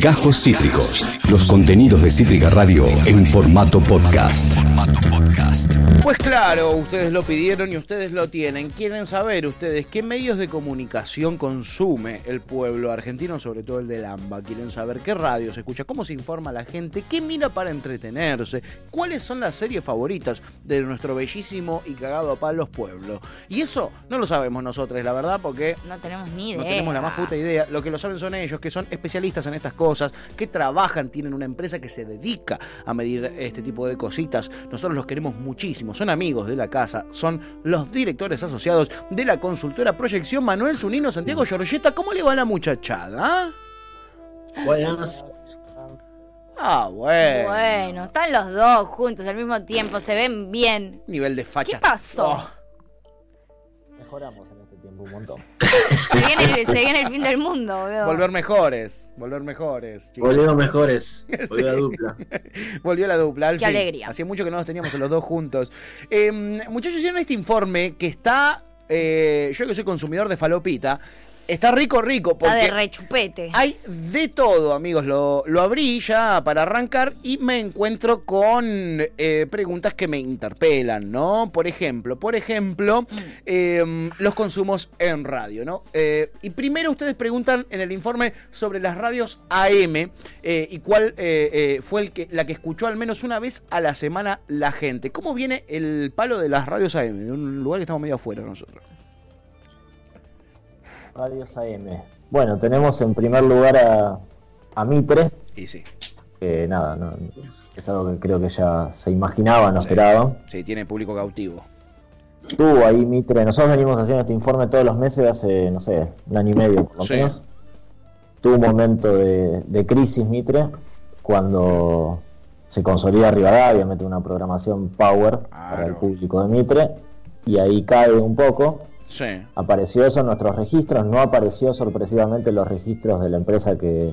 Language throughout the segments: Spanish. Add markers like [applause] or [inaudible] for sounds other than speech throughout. Gajos Cítricos. Los contenidos de Cítrica Radio en formato podcast. Pues claro, ustedes lo pidieron y ustedes lo tienen. Quieren saber ustedes qué medios de comunicación consume el pueblo argentino, sobre todo el del AMBA. Quieren saber qué radio se escucha, cómo se informa la gente, qué mira para entretenerse, cuáles son las series favoritas de nuestro bellísimo y cagado a palos pueblo. Y eso no lo sabemos nosotros, la verdad, porque No tenemos ni idea. no tenemos la más puta idea. Lo que lo saben son ellos, que son especialistas en estas cosas, que trabajan, tienen una empresa que se dedica a medir este tipo de cositas. Nosotros los queremos muchísimo, son amigos de la casa, son los directores asociados de la consultora Proyección Manuel Zunino Santiago Giorgetta. ¿Cómo le va a la muchachada? Buenas. Ah, bueno. Bueno, están los dos juntos al mismo tiempo, se ven bien. Nivel de facha. ¿Qué pasó? Oh, Mejoramos en este tiempo un montón. Se viene, el- se viene el fin del mundo, boludo. Oh, volver mejores, volver mejores. chicos. [laughs] Volvieron mejores. Volvió la dupla. Volvió la dupla, al Qué fin. alegría. Hacía mucho que no los teníamos a los dos juntos. Eh, muchachos, hicieron este informe que está. eh, yo que soy consumidor de falopita. Está rico, rico. Está de Porque rechupete. hay de todo, amigos. Lo, lo abrí ya para arrancar y me encuentro con eh, preguntas que me interpelan, ¿no? Por ejemplo, por ejemplo, eh, los consumos en radio, ¿no? Eh, y primero ustedes preguntan en el informe sobre las radios AM eh, y cuál eh, eh, fue el que, la que escuchó al menos una vez a la semana la gente. ¿Cómo viene el palo de las radios AM? De un lugar que estamos medio afuera nosotros. Radios AM. Bueno, tenemos en primer lugar a, a Mitre, Y sí, que nada, no- es algo que creo que ya se imaginaba, no esperaban. sí, tiene público cautivo. Estuvo ahí Mitre, nosotros venimos haciendo este informe todos los meses, hace, no sé, un año y medio por lo Sí. menos. Tuvo un momento de, de crisis Mitre, cuando se consolida Rivadavia, mete una programación power para el Claro. público de Mitre, y ahí cae un poco. Sí. Apareció eso en nuestros registros, no apareció sorpresivamente en los registros de la empresa que,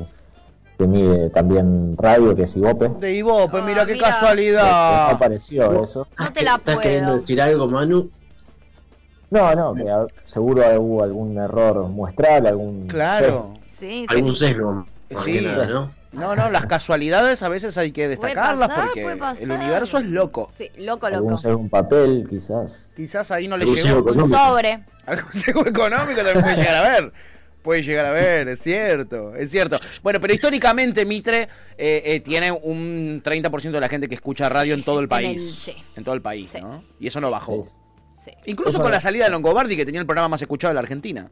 que mide también radio, que es Ibope. No, De Ivope, Ah, mira qué mira. no casualidad. apareció eso. No te la Ah, ¿Estás puedo. queriendo decir algo, Manu? No, no, que a- seguro hubo algún error muestral, algún... Claro. Sí, sí. Algún sesgo. más Sí. que nada, ¿no? No, no, las casualidades a veces hay que Puede destacarlas pasar, porque puede pasar. el universo es loco. Sí, loco, algún loco. sesgo en papel, quizás. Quizás ahí no le Algún llegó. [laughs] sesgo. Un sobre. Algún sesgo económico también puede llegar a ver. Puede llegar a ver, es cierto, es cierto. Bueno, pero históricamente Mitre eh, eh, tiene un 30% de la gente que escucha radio en todo el en el- país. sí. En todo el país, Sí. ¿no? Y eso no bajó. Sí. Sí. Incluso Eso con no. la salida de Longobardi, que tenía el programa más escuchado de la Argentina.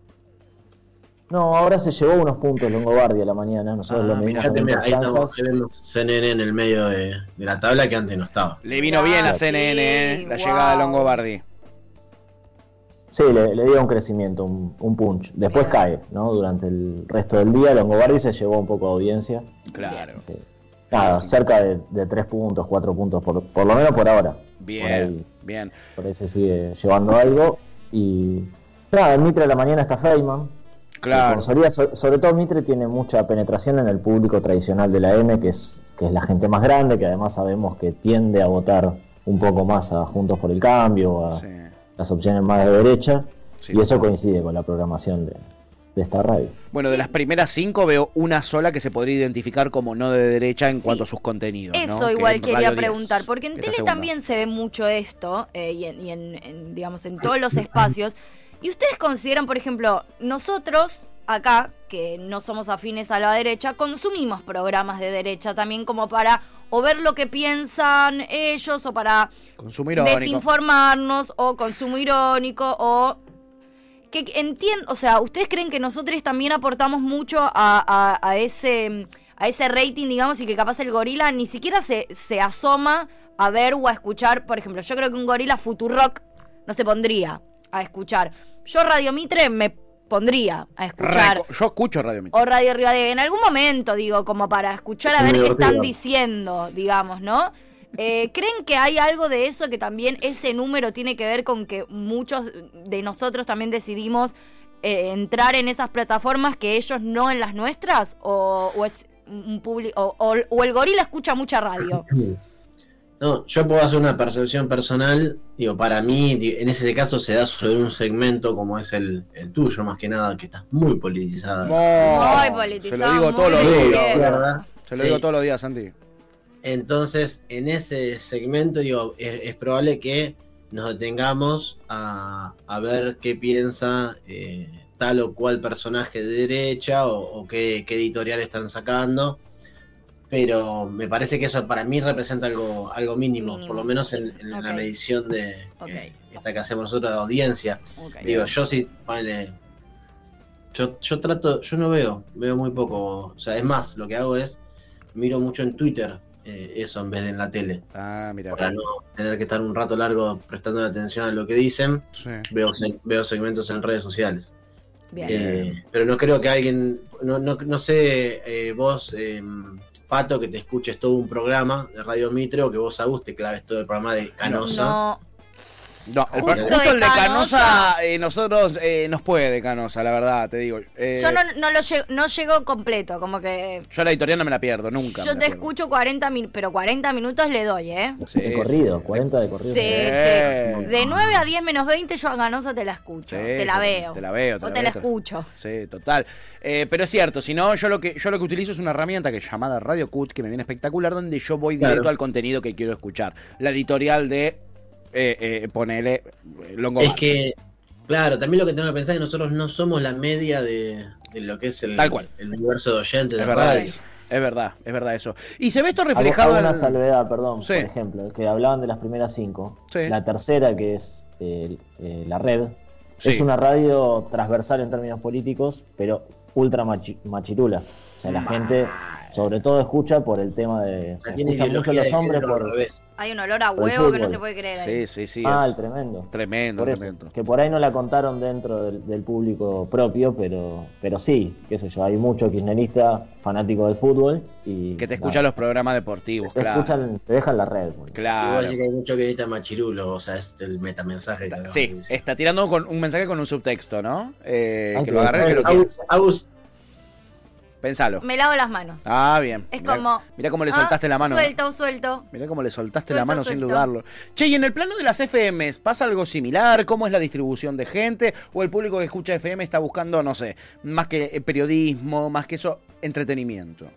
No, ahora se llevó unos puntos Longobardi a la mañana, nosotros Ah, lo medimos Fíjate, en mira, ahí unas estamos. franjas. Ahí vemos CNN en el medio de, de la tabla que antes no estaba. [clears throat] Le vino bien a Ah, sí, CNN eh, la wow. llegada de Longobardi. Sí, le, le dio un crecimiento, un, un punch. Después cae, ¿no? Durante el resto del día, Longobardi se llevó un poco de audiencia. Claro. Nada, cerca de, de tres puntos, cuatro puntos, por, por lo menos por ahora. Por Bien, ahí, bien. por ahí se sigue llevando algo. Y nada, en Mitre a la mañana está Feynman. Y Claro. consolida, so- sobre todo Mitre tiene mucha penetración en el público tradicional de la M, que es, que es la gente más grande, que además sabemos que tiende a votar un poco más a Juntos por el Cambio, a Sí, las opciones más de derecha. sí. y eso coincide con la programación de, de esta radio. Bueno, de las primeras cinco veo una sola que se podría identificar como no de derecha en cuanto a sus contenidos. ¿no? Eso Que igual en quería Radio 10, preguntar, porque en que es la tele segunda. también se ve mucho esto, eh, y, en, y en- en, digamos, en todos los espacios. ¿Y ustedes consideran, por ejemplo, nosotros acá, que no somos afines a la derecha, consumimos programas de derecha también como para o ver lo que piensan ellos, o para Consumir irónico. desinformarnos, o consumo irónico, o... Que entiendo, o sea, ¿ustedes creen que nosotros también aportamos mucho a, a- a ese a ese rating, digamos, y que capaz el gorila ni siquiera se, se asoma a ver o a escuchar? Por ejemplo, yo creo que un gorila Futurock no se pondría a escuchar. Yo Radio Mitre me pondría a escuchar. Reco- Yo escucho Radio Mitre. o Radio Rivadavia, en algún momento, digo, como para escuchar a Es ver qué muy están divertido. diciendo, digamos, ¿no? Eh, ¿Creen que hay algo de eso que también ese número tiene que ver con que muchos de nosotros también decidimos eh, entrar en esas plataformas que ellos no en las nuestras? ¿O, o es un público o, o- o el gorila escucha mucha radio? No, yo puedo hacer una percepción personal, digo, para mí, di- en ese caso se da sobre un segmento como es el, el tuyo, más que nada, que estás muy politizada. No, Muy politizado, Se lo digo Oh. muy todos los bien. días. Sí, ¿verdad? Se lo Sí. digo todos los días, Santi. Entonces, en ese segmento, digo, es, es probable que nos detengamos a, a ver qué piensa eh, tal o cual personaje de derecha o, o qué, qué editorial están sacando. Pero me parece que eso para mí representa algo, algo mínimo, Mínimo. por lo menos en, en la Ok. medición de Ok. eh, esta que hacemos nosotros de audiencia. Ok. Digo, yo sí, ponele, yo, yo trato, yo no veo, veo muy poco. O sea, es más, lo que hago es, miro mucho en Twitter eh, eso en vez de en la tele. Ah, mira. Para no tener que estar un rato largo prestando atención a lo que dicen, Sí. veo, se- veo segmentos en redes sociales. Bien. Eh, pero no creo que alguien, no, no, no sé, eh, vos, eh, Pato, que te escuches todo un programa de Radio Mitre o que vos, Agus, te claves todo el programa de Canosa. No, No, el, Justo justo, el de de Canosa, Canosa. eh, nosotros eh, nos puede de Canosa, la verdad, te digo. Eh, yo no, no lo llego, no llego completo, como que yo la editorial no me la pierdo, nunca. me yo la te pierdo. escucho 40 minutos, pero 40 minutos le doy, ¿eh? Sí, de sí. corrido, 40 de corrido. Sí, Eh. sí. De 9 a 10 menos 20 yo a Ganosa te la escucho, Sí, te la veo. Te la veo, o te la veo, escucho. Sí, total. Eh, pero es cierto, si no, yo lo que yo lo que utilizo es una herramienta que es llamada Radio Cut, que me viene espectacular, donde yo voy Claro. directo al contenido que quiero escuchar. La editorial de eh, eh, ponele eh, Longobardo. Es que, claro, también lo que tengo que pensar es que nosotros no somos la media de, de lo que es el, Tal cual. el universo de oyentes de es verdad radio. eso. Es verdad, es verdad eso. Y se ve esto Hago- reflejado hago una en- salvedad, perdón, Sí. por ejemplo, que hablaban de las primeras cinco. Sí. La tercera, que es eh, eh, la red, Sí. es una radio transversal en términos políticos, pero ultra machi- machirula. O sea, la gente sobre todo escucha por el tema de... Ya tiene Escuchan mucho ideología los de hombres género al por... revés. Hay un olor a Por el huevo que no fútbol. se puede creer. Sí, ahí. sí, sí. Ah, es el tremendo. tremendo, Por eso, tremendo. que por ahí no la contaron dentro del, del público propio, pero, pero sí, qué sé yo, hay mucho kirchnerista fanático del fútbol y... Que te escucha los programas deportivos, Te claro. escuchan, te dejan la red. boludo. Igual Claro. sí que hay mucho que grita machirulo, o sea, es el metamensaje. que acabas de Sí, decir. está tirando con un mensaje con un subtexto, ¿no? Eh, Ay, que lo que- agarré, que lo quiero. Agus, Agus, Pensalo. Me lavo las manos. Ah, bien. Es Mirá- como, Mirá cómo le ah, soltaste la mano. ¿eh? Suelto, suelto. Mirá cómo le soltaste la Suelto, mano sin suelto. dudarlo. Che, y en el plano de las FMs, ¿pasa algo similar? ¿Cómo es la distribución de gente? ¿O el público que escucha FM está buscando, no sé, más que eh, periodismo, más que eso, entretenimiento?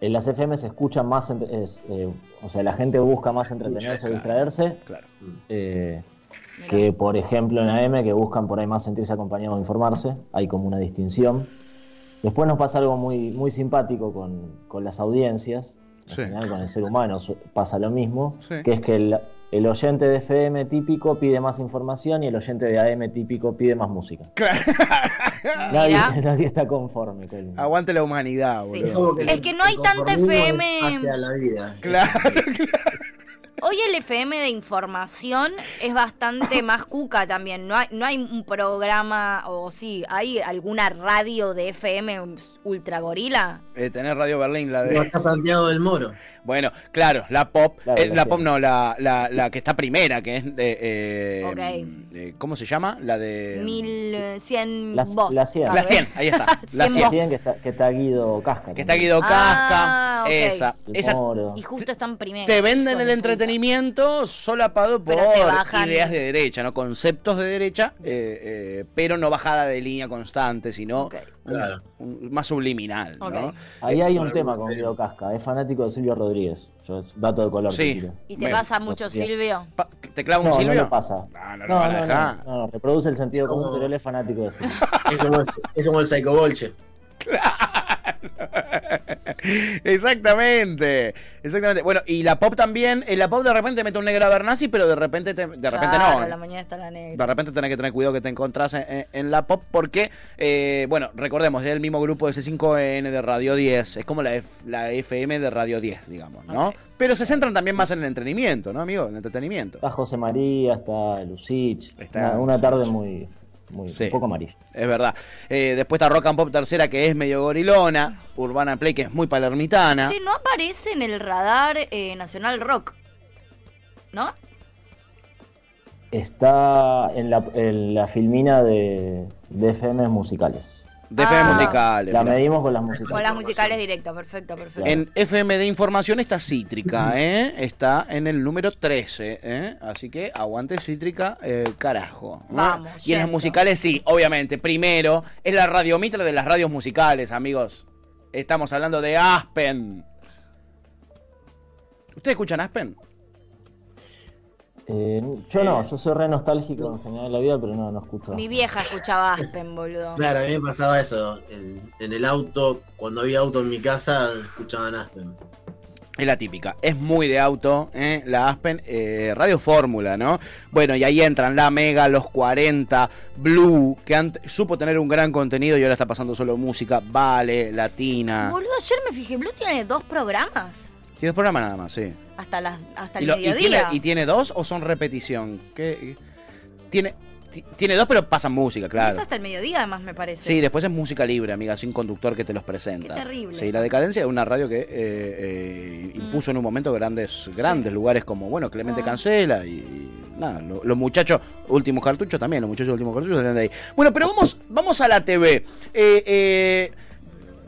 En las FM se escucha más, entre- es, eh, o sea, la gente busca más entretenerse, claro. distraerse, Claro. eh, que por ejemplo en AM, que buscan por ahí más sentirse acompañados o informarse, hay como una distinción. Después nos pasa algo muy, muy simpático con, con las audiencias, en Sí. general con el ser humano su- pasa lo mismo, Sí. que es que el, el oyente de FM típico pide más información y el oyente de AM típico pide más música. Ah, Nadie, Mirá. [laughs] nadie está conforme [laughs] con Aguante la humanidad, Sí. boludo. como Es que no hay el tanta conformismo es FM. Hacia la vida. Claro. Hoy el FM de información [laughs] es bastante más cuca también. No hay, no hay un programa, o sí, hay alguna radio de FM ultra gorila. Eh, tenés Radio Berlín, la Como de. está Santiago del [laughs] Moro. Bueno, claro, la pop. Claro, eh, la la sí. pop no, la, la, la que está primera, que es. de, eh, Ok. eh, ¿Cómo se llama? La de. Mil cien La- voz. la cien. Eh, tal La vez. 100, ahí [laughs] está. La Cien 100. Deciden que está, que está Guido Casca. Que está también. Guido Casca. Ah, ok. Esa. El Esa Moro. Y justo están primero. te venden Hijos el de entretenimiento solapado por Pero te bajan- ideas de derecha, ¿no? Conceptos de derecha, eh, eh, pero no bajada de línea constante, sino Ok. un- Claro. un- más subliminal, ¿no? Ok. Ahí hay un Algún tema con tema. Guido Casca. Es fanático de Silvio Rodríguez. Yo es dato de color. que Sí. tiro. puta. Y te Bueno, pasa mucho, bien. Silvio. Pa- ¿Te clava un No, Silvio? no le pasa. No, no lo no, van a no, dejar. no, no, reproduce el sentido común, No. pero él es fanático de Silvio. Es como, el- es como el Psycho Bolche. exactamente, exactamente. Bueno, y la pop también, en la pop de repente mete un negro a Bernasi, pero de repente te- de repente Claro, no. la mañana está la De negra. repente tenés que tener cuidado que te encontrás en, en- en la pop porque, eh, bueno, recordemos, es el mismo grupo de C5N de Radio 10. Es como la, F- la FM de Radio 10, digamos, ¿no? Pero se centran también más en el entretenimiento, ¿no, amigo? En el entretenimiento. Está José María, está Lucich. Está una, una Lucich. tarde muy, muy Sí. un poco amarilla. Es verdad. Eh, después está Rock and Pop tercera, que es medio gorilona. Urbana Play, que es muy palermitana. Che, no aparece en el radar eh, Nacional Rock. ¿No? Está en la, en la filmina de, de FM musicales. De FM Ah. musicales. La mirá. medimos con las musicales. Con las musicales directas, perfecto, perfecto. En FM de información está Cítrica, ¿eh? Está en el número 13, ¿eh? Así que aguante Cítrica, eh, carajo. ¿eh? Vamos, Y en las yendo. musicales sí, obviamente. Primero, es la radiomitra de las radios musicales, amigos. Estamos hablando de Aspen. ¿Ustedes escuchan Aspen? Eh, yo no, yo soy re nostálgico en general de la vida, pero no, no escucho. Mi vieja escuchaba Aspen, boludo. Claro, a mí me pasaba eso. En, en el auto, cuando había auto en mi casa, escuchaban Aspen. Es la típica, es muy de auto, ¿eh? la Aspen, eh, Radio Fórmula, ¿no? Bueno, y ahí entran la Mega, los 40, Blue, que antes supo tener un gran contenido y ahora está pasando solo música, Vale, Latina. Boludo, ayer me fijé, Blue tiene dos programas. Tiene dos programas nada más, sí. Hasta, las, hasta Y, el lo- y tiene, mediodía. y tiene dos o son repetición? ¿Qué? Tiene, ti- tiene dos, pero pasan música, Es claro. hasta el mediodía, además, me parece. Sí, después es música libre, amiga, sin conductor que te los presenta. Qué terrible. Mm. Sí, la decadencia de una radio que eh, eh, impuso en un momento grandes, grandes lugares como, bueno, Clemente Ah. Cancela y, y nada, lo- los muchachos últimos cartuchos también, los muchachos últimos cartuchos salieron de ahí. Bueno, pero vamos, vamos a la TV. Eh, eh,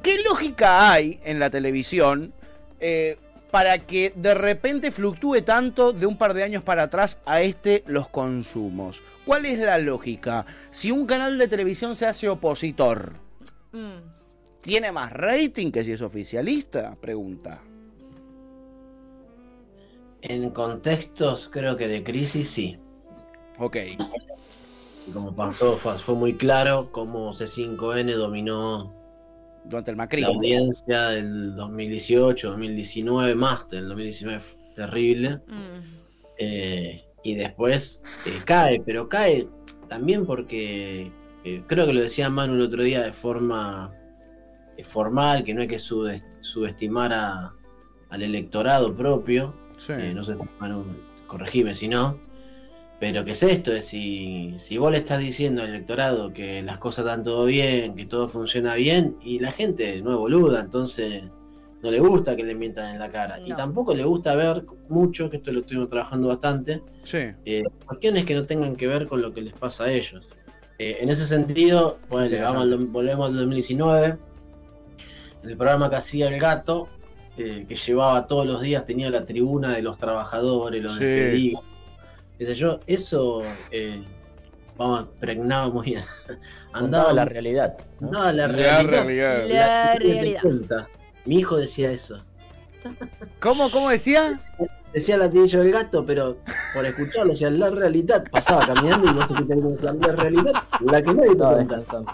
¿Qué lógica hay en la televisión eh, para que de repente fluctúe tanto de un par de años para atrás a este los consumos? ¿Cuál es la lógica? Si un canal de televisión se hace opositor, Mm. ¿tiene más rating que si es oficialista? Pregunta. En contextos, creo que de crisis, sí. Ok. Y como pasó, fue, fue muy claro cómo C5N dominó Durante el la macrismo. audiencia del 2018, 2019, más del 2019, fue terrible. Mm. Eh, y después eh, cae, pero cae también porque eh, creo que lo decía Manu el otro día de forma eh, formal, que no hay que subest- subestimar a- al electorado propio. Sí. Eh, no sé, Manu, corregime si no. Pero ¿qué es esto? Es si, si vos le estás diciendo al electorado que las cosas están todo bien, que todo funciona bien, y la gente no es boluda, entonces no le gusta que le mientan en la cara. Y No. tampoco le gusta ver mucho, que esto lo estuvimos trabajando bastante, Sí. eh, cuestiones que no tengan que ver con lo que les pasa a ellos. Eh, en ese sentido, ponele, vamos al- volvemos al 2019, en el programa que hacía El Gato, eh, que llevaba todos los días, tenía la tribuna de los trabajadores, los Sí. despedidos, qué sé yo, eso, eh, vamos, pregnaba muy bien, andaba Contaba la la, realidad. ¿no? andaba la realidad. realidad. La La gente te realidad. cuenta. Mi hijo decía eso. ¿Cómo, cómo decía? Decía latillo del gato, pero por escucharlo, decía la realidad. Pasaba caminando y vos te quitaste decía la realidad, la que nadie te Estaba cuenta. descansando.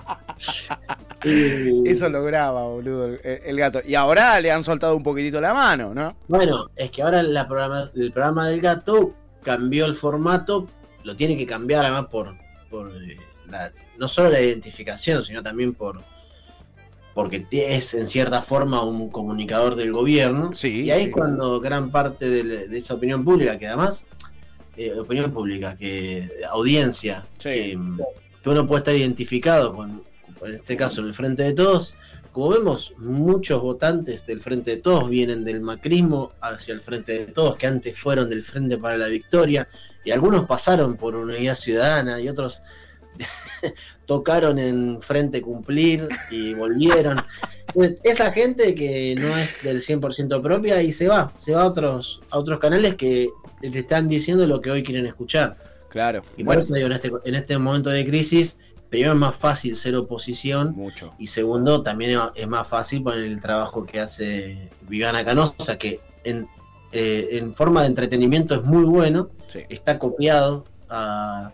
Y, Eso lo graba, boludo, el, el gato. Y ahora le han soltado un poquitito la mano, ¿no? Bueno, es que ahora la programa- el programa del gato cambió el formato, lo tiene que cambiar además por, por eh, la- no solo la identificación, sino también por porque te- es en cierta forma un comunicador del gobierno. Sí, y ahí sí. es cuando gran parte del- de, esa opinión pública, que además, eh, opinión pública, que audiencia, Sí. que, mm, que uno puede estar identificado con, en este caso, en el frente de todos. Como vemos, muchos votantes del Frente de Todos vienen del macrismo hacia el Frente de Todos, que antes fueron del Frente para la Victoria, y algunos pasaron por Unidad Ciudadana y otros [laughs] tocaron en Frente Cumplir y volvieron. Entonces, esa gente que no es del 100% propia y se va, se va a otros, a otros canales que le están diciendo lo que hoy quieren escuchar. Claro. Y por bueno, eso digo, en este, en este momento de crisis, primero es más fácil ser oposición mucho. y segundo, también es ma- es más fácil poner el trabajo que hace Viviana Canosa, que en, eh, en forma de entretenimiento es muy bueno, Sí. está copiado a,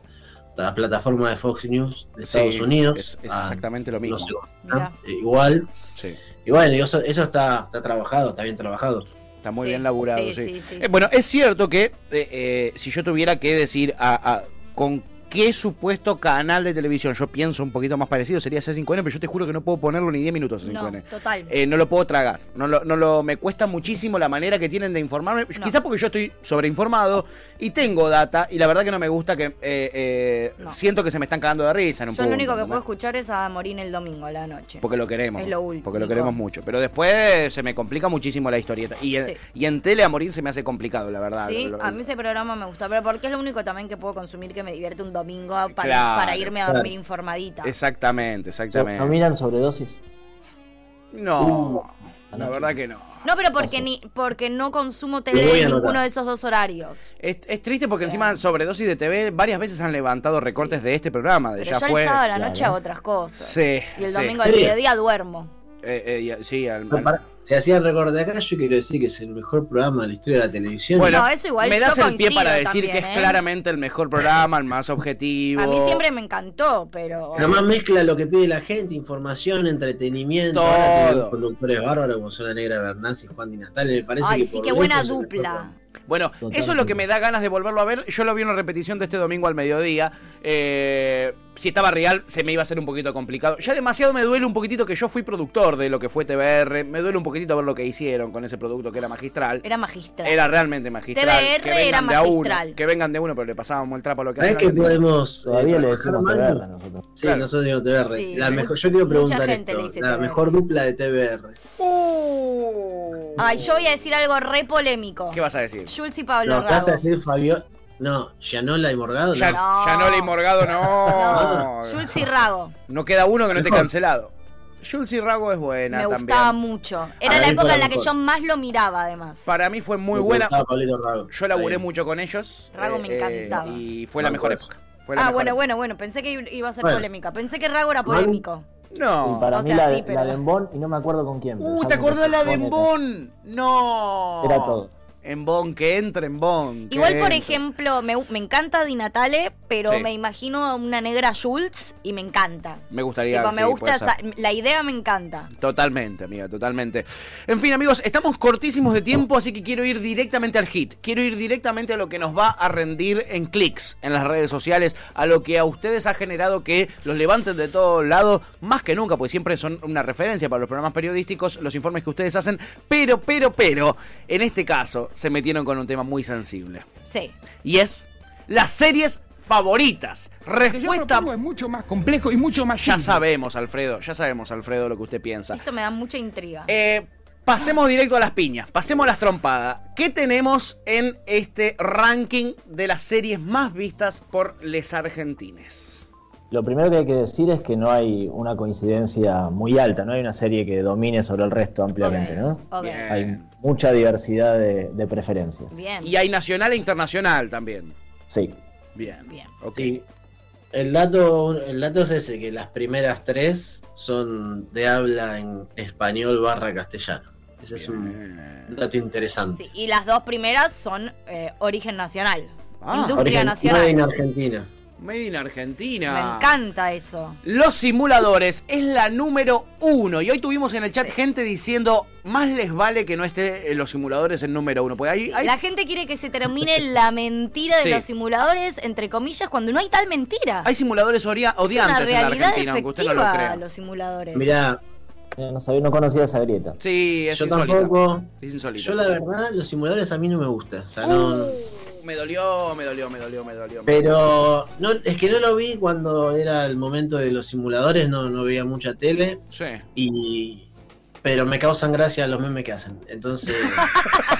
a la plataforma de Fox News de Estados Sí, Unidos. Es, es a- exactamente lo mismo. no sé, Mirá. eh, igual. Sí. Y bueno, y eso, eso está, está trabajado, está bien trabajado. Está muy Sí, bien laburado, sí, sí. sí, sí, Eh, sí. Bueno, es cierto que eh, eh, si yo tuviera que decir a, a- con qué supuesto canal de televisión yo pienso un poquito más parecido, sería C5N, pero yo te juro que no puedo ponerlo ni 10 minutos a No, C5N. total. Eh, no lo puedo tragar. No lo, no lo, me cuesta muchísimo la manera que tienen de informarme. No. Quizás porque yo estoy sobreinformado y tengo data y la verdad que no me gusta que... eh, eh, No. Siento que se me están cagando de risa en un Yo lo punto, único que ¿entendés? puedo escuchar es a Morín el domingo a la noche. Porque lo queremos. Es lo último. Porque lo queremos mucho. Pero después se me complica muchísimo la historieta. Y en, Sí. y en tele a morir se me hace complicado, la verdad. Sí, Lo- lo- a mí ese programa me gusta, pero porque es lo único también que puedo consumir que me divierte un domingo para, Claro, para irme a claro. dormir informadita. Exactamente, ¿No exactamente. miran sobredosis? No, la verdad que no. No, pero porque ni porque no consumo Lo tele voy a en anotar. ninguno de esos dos horarios. Es, es triste porque encima sobredosis de TV varias veces han levantado recortes de este programa, de ya Pero yo fue. el sábado a la noche claro. hago otras cosas. Sí, Y el sí. domingo al Sí. mediodía duermo. Eh, eh, y- sí, al- No, pará. Si hacía el récord de acá, yo quiero decir que es el mejor programa de la historia de la televisión. Bueno, No, eso igual me yo das el pie coincido para decir también, que es ¿eh? claramente el mejor programa, el más objetivo. A mí siempre me encantó, pero. Además mezcla lo que pide la gente, información, entretenimiento. Todo. Ahora tenemos conductores bárbaros como son la negra Bernás y Juan Di Natale. Me parece Ay, que sí, por qué buena lejos es el mejor dupla. programa. Bueno, eso es lo que me da ganas de volverlo a ver. Yo lo vi en la repetición de este domingo al mediodía. Eh, si estaba real, se me iba a hacer un poquito complicado. Ya demasiado me duele un poquitito que yo fui productor de lo que fue TBR. Me duele un poquitito ver lo que hicieron con ese producto que era magistral. Era magistral. Era realmente magistral. TBR que vengan era de a uno, magistral. que vengan de uno, pero le pasábamos el trapo a lo que ¿Sabés hacen que acá. podemos. eh, Todavía le trabajar decimos mal? TBR a nosotros. Sí, Claro. nosotros decimos TBR. Sí, la sí. mejor, yo quiero Mucha preguntar gente le esto, dice la TBR. mejor dupla de TBR. Uh. Ay, yo voy a decir algo re polémico. ¿Qué vas a decir? Jules y Pablo No, vas Rago. a decir Fabio? No, Yanola y Morgado. Ya, no. No. ya no le he morgado, no. Jules y Rago. No queda uno que no esté No. cancelado. Jules y Rago es buena Me también. gustaba mucho. Era A la mí época fue en la la que mejor. yo más lo miraba, además. Para mí fue muy Me buena. gustaba Pablito Rago. Yo laburé Ahí. mucho con ellos. eh, Rago me encantaba. y fue la Banco mejor eso. época. Fue la Ah, mejor bueno, época. bueno, bueno. Pensé que iba a ser Bueno. polémica. Pensé que Rago era polémico. Y No. para O mí sea, la, sí, de- pero- la de Embón y no me acuerdo con quién. Uh, pero ¿te ya me acordás la de Embón era- Embón? No. Era todo. Embón, que entre Embón. que Igual, por entre. ejemplo, me, me encanta Di Natale, pero Sí. me imagino a una negra Schultz y me encanta. Me gustaría. Tipo, sí, me puede gusta, ser. esa- la idea me encanta. Totalmente, amiga, totalmente. En fin, amigos, estamos cortísimos de tiempo, así que quiero ir directamente al hit. Quiero ir directamente a lo que nos va a rendir en clics en las redes sociales, a lo que a ustedes ha generado que los levanten de todo lado, más que nunca, porque siempre son una referencia para los programas periodísticos, los informes que ustedes hacen. Pero, pero, pero, en este caso se metieron con un tema muy sensible. Sí. Y es las series favoritas. que yo Respuesta. propongo es mucho más complejo y mucho más Ya simple. sabemos, Alfredo, ya sabemos, Alfredo, lo que usted piensa. Esto me da mucha intriga. Eh, pasemos directo a las piñas, pasemos a las trompadas. ¿Qué tenemos en este ranking de las series más vistas por les argentines? Lo primero que hay que decir es que no hay una coincidencia muy alta, no hay una serie que domine sobre el resto ampliamente, Ok, ¿no? ok. Bien. Hay mucha diversidad de, de preferencias. Bien. Y hay nacional e internacional también. Sí. Bien. Bien. Ok. Sí. El dato, el dato es ese, que las primeras tres son de habla en español barra castellano. Ese es un Bien. dato interesante. Sí, y las dos primeras son eh, origen nacional. Ah, Industria Origen- nacional. Made in Argentina. Made in Argentina. Me encanta eso. Los simuladores es la número uno. Y hoy tuvimos en el chat gente diciendo, más les vale que no esté eh, los simuladores en número uno. Porque ahí, ahí La gente quiere que se termine la mentira de Sí. los simuladores, entre comillas, cuando no hay tal mentira. hay simuladores oria- es una odiantes en la realidad Argentina, aunque usted no lo efectiva crea. los simuladores. Mirá, Eh, No, sabía, no conocía esa grieta. Sí, es yo insólito. tampoco. Es insólito. Yo la verdad, los simuladores a mí no me gustan. O sea, no- Uh, me dolió, me dolió, me dolió, me dolió. pero no, es que no lo vi cuando era el momento de los simuladores, no, no veía mucha tele. Sí. y Pero me causan gracia los memes que hacen. Entonces... [laughs]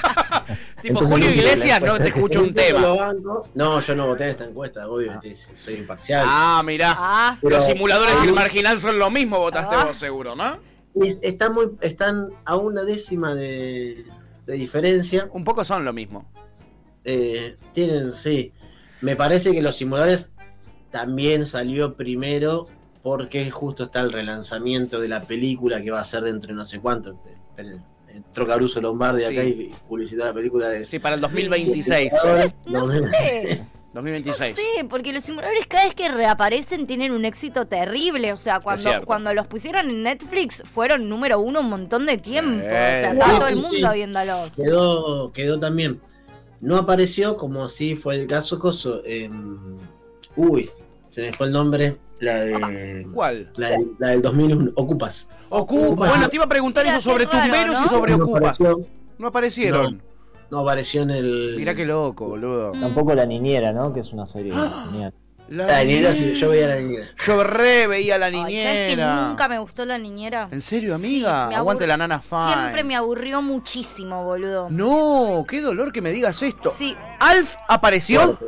Tipo, Pues Entonces, Julio no sé Iglesias la no te respuesta. escucho [laughs] un Entiendo tema. lo banco. No, yo no voté en esta encuesta, obvio, estoy- soy imparcial. Ah, mirá. Ah, Pero- Los simuladores y el Ah. marginal son lo mismo, votaste Ah. vos seguro, ¿no? Es- Están, muy, están a una décima de, de diferencia. Un poco son lo mismo. Eh, tienen, sí. Me parece que los simuladores también salió primero porque justo está el relanzamiento de la película que va a ser dentro de no sé cuánto. Esperen, Entró Caruso Lombardi Sí. acá y publicitó la película de... Sí, para el 2026. no No, no. [laughs] sé, no 2026. sé, porque los simuladores cada vez que reaparecen tienen un éxito terrible. O sea, cuando, cierto. cuando los pusieron en Netflix fueron número uno un montón de tiempo. O sea, Sí. estaba Sí, todo el sí, mundo sí. viéndolos. quedó, quedó también. No apareció como si fue el caso Coso. em, uy, se me fue el nombre. La de. ¿Cuál? La, de- la del 2001. Ocupas. Ocupa. Ocupa. Bueno, te iba a preguntar Mira, eso sobre qué raro, tumberos y ¿no? sobre no ocupas. apareció, No aparecieron. no apareció en el. Mirá qué loco, boludo. Mm. Tampoco La Niñera, ¿no? Que es una serie genial. La niñera, sí, yo veía la niñera. Yo re veía la Ay, ¿sabes que niñera. nunca me gustó la niñera? ¿En serio, amiga? me abur- Aguante la nana fan. Siempre me aburrió muchísimo, boludo. No, qué dolor que me digas esto. Sí. Alf apareció. Fuerte.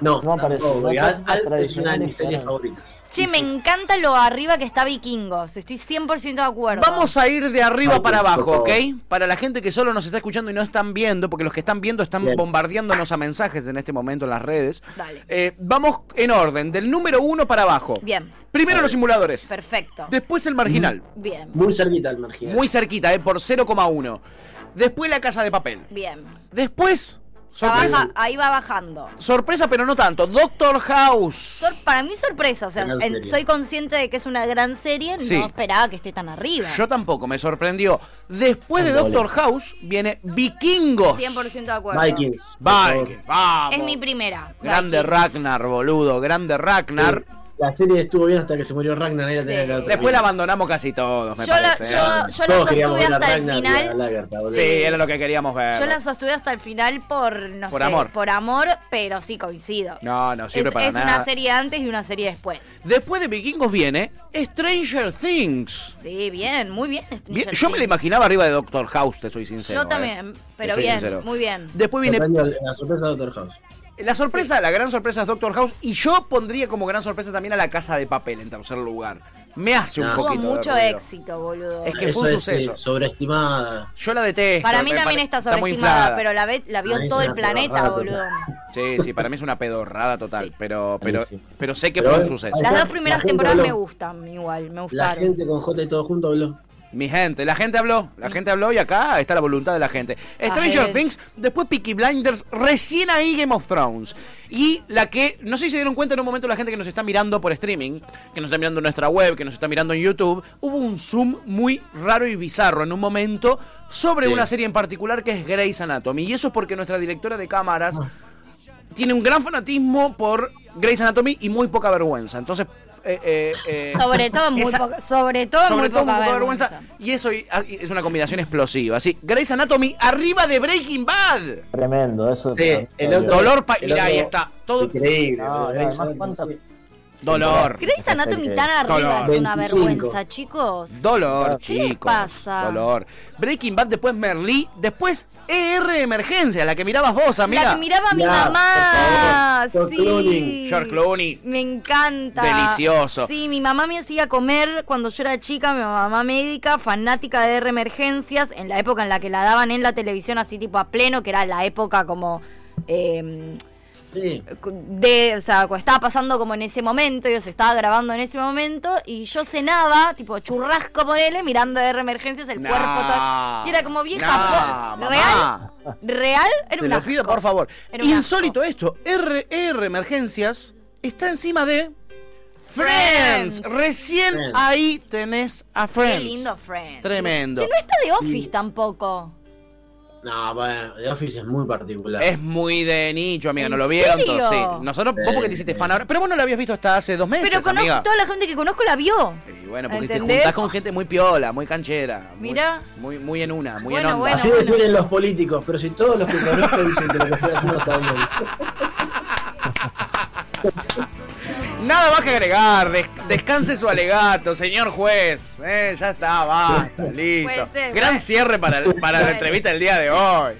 No, No aparece, tampoco, no porque aparece Alf es una de tradicional mis series claro. favoritas. Che, me encanta lo arriba que está Vikingos. Estoy 100% de acuerdo. Vamos a ir de arriba Ay, para por abajo, ¿ok? favor. Para la gente que solo nos está escuchando y no están viendo, porque los que están viendo están Bien. bombardeándonos a mensajes en este momento en las redes. Dale. Eh, vamos en orden, del número uno para abajo. Bien, Primero los simuladores, perfecto. después el marginal, Bien, Muy cerquita al marginal. muy cerquita, eh, por 0,1. Después la casa de papel. bien. Después, Ya sorpresa, baja- ahí va bajando. sorpresa pero no tanto, Doctor House. Sor- para mí sorpresa, o sea, Gran en- serie. soy consciente de que es una gran serie, Sí. no esperaba que esté tan arriba. Yo tampoco, me sorprendió. Después de Un doble. Doctor House viene Vikingos. 100% de acuerdo. Vikings. por favor. Vikings, vamos. Es mi primera. Grande Vikings. Ragnar, boludo, grande Ragnar. La serie estuvo bien hasta que se murió Ragnar. ahí la Sí. tenía que haber Después la terminado. abandonamos casi todos, me Yo la, parece. ¿eh? yo, yo la Todos sostuve queríamos ver a hasta el Ragnar y a final. Lagertha, boludo. Sí, era lo que queríamos ver. Yo la sostuve hasta el final por, no Por sé, amor. por amor, pero sí coincido. No, no sirve es, para es nada. una serie antes y una serie después. Después de Vikingos viene Stranger Things. Sí, bien, muy bien. Bien, Stranger yo me la Things. imaginaba arriba de Doctor House, te soy sincero. Yo ¿eh? también, Te pero soy bien, sincero. muy bien. Después viene Sorprendió La sorpresa de Doctor House. La sorpresa, la gran sorpresa es Doctor House y yo pondría como gran sorpresa también a La Casa de Papel en tercer lugar. Me hace un No. Tuvo poquito de mucho ruido. éxito, boludo. Es que fue un Eso suceso. eh, sobreestimada. Yo la detesto. Para mí me también pare- está muy sobreestimada, inflada. pero la, ve- la vio Para mí todo es el una planeta, pedorrada boludo. Sí, sí, para mí es una pedorrada total, Sí. pero pero Sí, sí. pero sé que Pero fue un hay- suceso. hay- Las La- dos primeras la gente temporadas me habló. gustan igual, me La gustaron. gente con J y todo junto habló. Mi gente, la gente habló, la gente habló y acá está la voluntad de la gente. Stranger Ajá. Things, después Peaky Blinders, recién ahí Game of Thrones. Y la que, no sé si se dieron cuenta en un momento la gente que nos está mirando por streaming, que nos está mirando en nuestra web, que nos está mirando en YouTube, hubo un zoom muy raro y bizarro en un momento sobre Sí. una serie en particular que es Grey's Anatomy. Y eso es porque nuestra directora de cámaras tiene un gran fanatismo por Grey's Anatomy y muy poca vergüenza. Entonces, eh, eh, eh, Sobre todo muy esa- poca, sobre todo muy sobre todo poca un poco de vergüenza. vergüenza. Y eso y- ah, y es una combinación explosiva. Sí, Grey's Anatomy arriba de Breaking Bad. Tremendo, eso. Sí, también. el otro- Dolor, pa- Ah, el mirá, otro- ahí está. Todo Increíble. No, boludo. no, Grey's además, Anatomy, ¿cuánta- sí. dolor. Grey's Anatomy tan arriba es una 25. vergüenza, chicos. Dolor, ¿Qué les chicos. pasa? Dolor. Breaking Bad, después Merlí, después ER Emergencia, la que mirabas vos, amiga. La que miraba mi Ya, mamá. por favor. George Sí. Clooney. George Clooney. Me encanta. Delicioso. Sí, mi mamá me hacía comer cuando yo era chica, mi mamá médica, fanática de R emergencias, en la época en la que la daban en la televisión así tipo a pleno, que era la época como eh, Sí. de, o sea, cu- estaba pasando como en ese momento, yo se estaba grabando en ese momento y yo cenaba, tipo churrasco ponele, mirando R emergencias el No. cuerpo todo. Y era como vieja, No, po- real, mamá. real, era Te un lo asco. pido, por favor. Era un Insólito esto. RR Emergencias está encima de Friends. Friends. Recién Friends. ahí tenés a Friends. Qué lindo Friends. Tremendo. Che, no está de Office tampoco. No, bueno, The Office es muy particular. Es muy de nicho, amiga. ¿En No lo vieron serio? todos. Sí. Nosotros, vos porque te hiciste fan ahora. Pero vos no lo habías visto hasta hace dos meses, Pero conozco amiga. toda la gente que conozco la vio. Y bueno, porque te ¿Entendés? juntás con gente muy piola, muy canchera. muy- Mirá. Muy, muy en una, muy Bueno, en onda. bueno. Así definen los políticos, pero si todos los que conozco dicen que lo que estoy haciendo está bien. Nada más que agregar. Des- descanse su alegato, señor juez. Eh, ya está, basta, listo. Puede ser, Gran bueno. cierre para, el- para la Bueno. entrevista del día de hoy.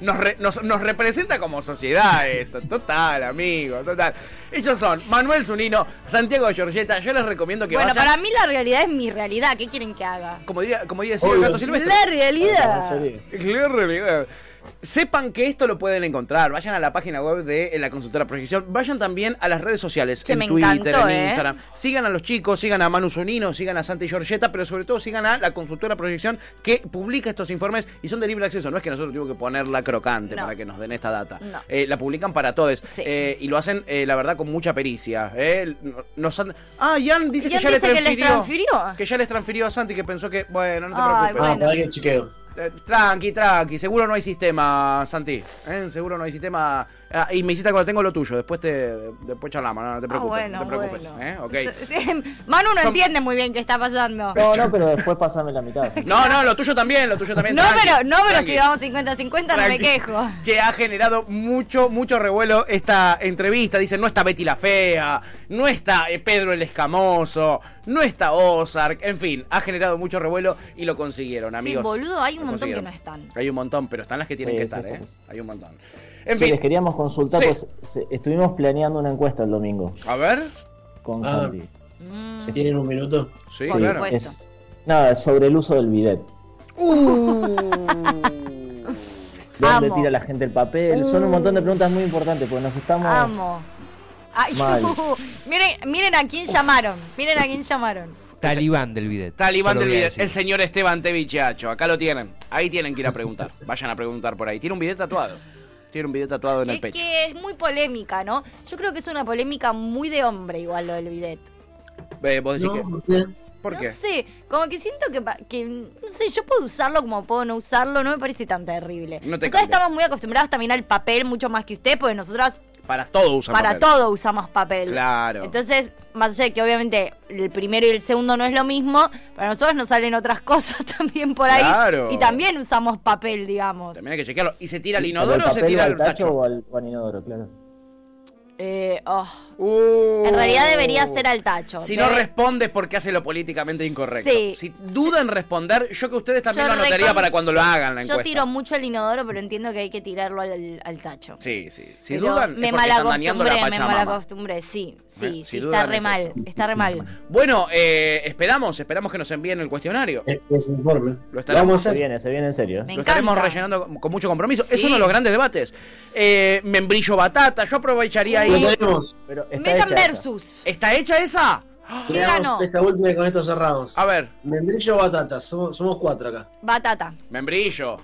Nos, re- nos- nos representa como sociedad esto, total, amigo, total. Ellos son Manuel Zunino, Santiago Giorgetta. Yo les recomiendo que bueno, vayan. para mí la realidad es mi realidad. ¿Qué quieren que haga? Como diría, como diría Silvio Obvio. Gato Silvestre. La realidad. La realidad. Sepan que esto lo pueden encontrar. Vayan a la página web de eh, la consultora Proyección. Vayan también a las redes sociales, Che, en me Twitter, encantó, en ¿eh? Instagram. Sigan a los chicos, sigan a Manu Zunino, sigan a Santi Giorgetta, pero sobre todo sigan a la consultora Proyección que publica estos informes y son de libre acceso. No es que nosotros tuvimos que ponerla crocante No. para que nos den esta data. No. Eh, la publican para todos. Sí. Eh, y lo hacen, eh, la verdad, con mucha pericia. eh. Nos han- Ah, Ian dice Ian que ya le dice que les transfirió. transfirió. Que ya les transfirió a Santi, que pensó que, bueno, no te Ay, preocupes. Ah, Bueno. para que chequeo. Eh, Tranqui, tranqui, seguro no hay sistema, Santi. ¿eh? Seguro no hay sistema. Ah, y me hiciste cuando tengo lo tuyo, después te después charlamos, no, no te Ah, preocupes. bueno, no te preocupes, bueno. ¿eh? [laughs] Ok. Manu no Son- entiende muy bien qué está pasando. No, no, pero después pásame la mitad. sí. No, no, lo tuyo también, lo tuyo también. No, tranqui, pero, no, pero tranqui. si vamos 50-50 no me Tranqui. [laughs] quejo. Che, ha generado mucho, mucho revuelo esta entrevista. Dicen, no está Betty la Fea, no está eh, Pedro el Escamoso, no está Ozark. En fin, ha generado mucho revuelo y lo consiguieron, Sí, amigos. boludo, hay un un lo montón que consiguieron. no están. Hay un montón, pero están las que tienen Sí, que sí, estar, sí, ¿eh? sí. Hay un montón. En Sí, fin, les queríamos consultar, Sí. pues se- estuvimos planeando una encuesta el domingo a ver. con Ah, Santi. Mm, Si tienen un minuto. Sí, Por claro. supuesto. Es, nada, es sobre el uso del bidet. Uh. [laughs] ¿Dónde Amo. tira la gente el papel? Son un montón de preguntas muy importantes, porque nos estamos... Amo. Ay, [laughs] Mal. miren, miren a quién llamaron. Miren a quién [laughs] llamaron. Talibán del bidet. Talibán Solo del voy a bidet, decir. el señor Esteban Tevichiacho, acá lo tienen. Ahí tienen que ir a preguntar. [laughs] Vayan a preguntar por ahí. Tiene un bidet tatuado. Tiene un bidet tatuado en el Que, pecho. que es muy polémica, ¿no? Yo creo que es una polémica muy de hombre igual lo del bidet. Eh, vos decís que. No, ¿por qué? ¿Por qué? No sé, como que siento que, pa- que, no sé, yo puedo usarlo como puedo no usarlo, no me parece tan terrible. No te Nosotras cambia. estamos muy acostumbradas también al papel, mucho más que usted, porque nosotras Para todo usan para papel. todo usamos papel. Claro. Entonces, más allá de que obviamente el primero y el segundo no es lo mismo, para nosotros nos salen otras [laughs] cosas también por ahí. Claro. Y también usamos papel, digamos. También hay que chequearlo. ¿Y se tira al ¿Pero inodoro o se papel tira va al tacho? o al, o al inodoro? Claro. Eh, oh. Uh. En realidad debería ser al tacho. Eh, Si no Debe- respondes porque hace lo políticamente incorrecto. Sí. Si duda en responder, yo que ustedes también Yo lo anotaría recon- para cuando lo hagan la Yo encuesta. tiro mucho el inodoro, pero entiendo que hay que tirarlo al, al tacho. Sí, sí. Si Pero dudan, me es porque están dañando la malacostumbré, me Pachamama. malacostumbré, sí, sí, Eh, si sí, dudan está re es mal, eso. está [laughs] re mal. Bueno, eh, esperamos, esperamos que nos envíen el cuestionario. Es- Ese informe. Lo Lo, estaremos- vamos a Se hacer. viene, se viene en serio. ¿eh? Me Lo estaremos encanta. rellenando con- con mucho compromiso. Es Sí. uno de los grandes debates. Eh, membrillo batata, yo aprovecharía Lo ahí. tenemos. Pero está Metan hecha esa. versus. ¿Está hecha esa? ¿Quién Tenemos ganó? Esta última y con esto cerramos. A ver, Membrillo o batata. Somos, somos cuatro acá. [laughs] Batata. membrillo.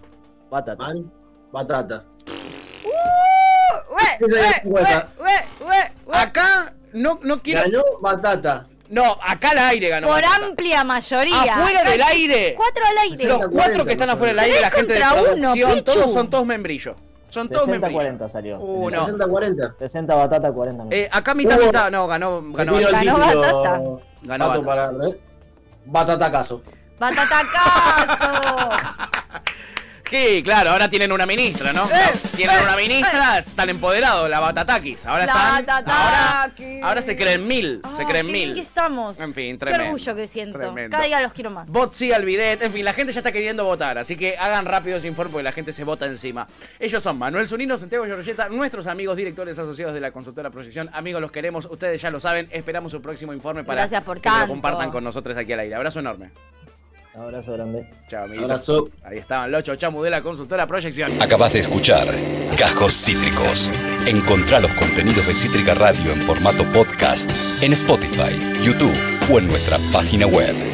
Batata. ¿Vale? Batata. Ue, Esa es ue, buena. ue, ue, ue. Acá no, no quiero. Ganó batata. No, acá al aire ganó. Por batata. amplia mayoría. Afuera del Casi aire. Cuatro al aire. Los cuatro que están afuera del aire, la Tres gente de contra uno, producción, Pichu. todos son todos membrillo. Son todos membrillo. 60-40 salió. Uh, no. 60-40. 60 batata, 40 Eh, acá mitad, Hubo- mitad. No, ganó, ganó. Retiro el Ganó título. batata. Ganó Pato batata. para- ¿eh? Batata caso. Batatacazo. Sí, claro, ahora tienen una ministra, ¿no? Eh, tienen una ministra, están empoderados, la Batatakis. Ahora están. Ahora, Batatakis. ahora se creen mil, se Ah, creen qué bien mil. que estamos. En fin, Qué tremendo. orgullo que siento. Tremendo. Cada día los quiero más. Vot sí al bidet, en fin, la gente ya está queriendo votar, así que hagan rápido ese informe porque la gente se vota encima. Ellos son Manuel Zunino, Santiago Giorgetta, nuestros amigos directores asociados de la consultora Proyección. Amigos, los queremos, ustedes ya lo saben, esperamos su próximo informe para Gracias por que lo tanto. compartan con nosotros aquí al aire. Abrazo enorme. Un abrazo grande. Chao, amiguitos. Abrazo. Ahí estaban los chamu de la consultora Proyección. Acabas de escuchar Cajos Cítricos. Encontrá los contenidos de Cítrica Radio en formato podcast en Spotify, YouTube o en nuestra página web.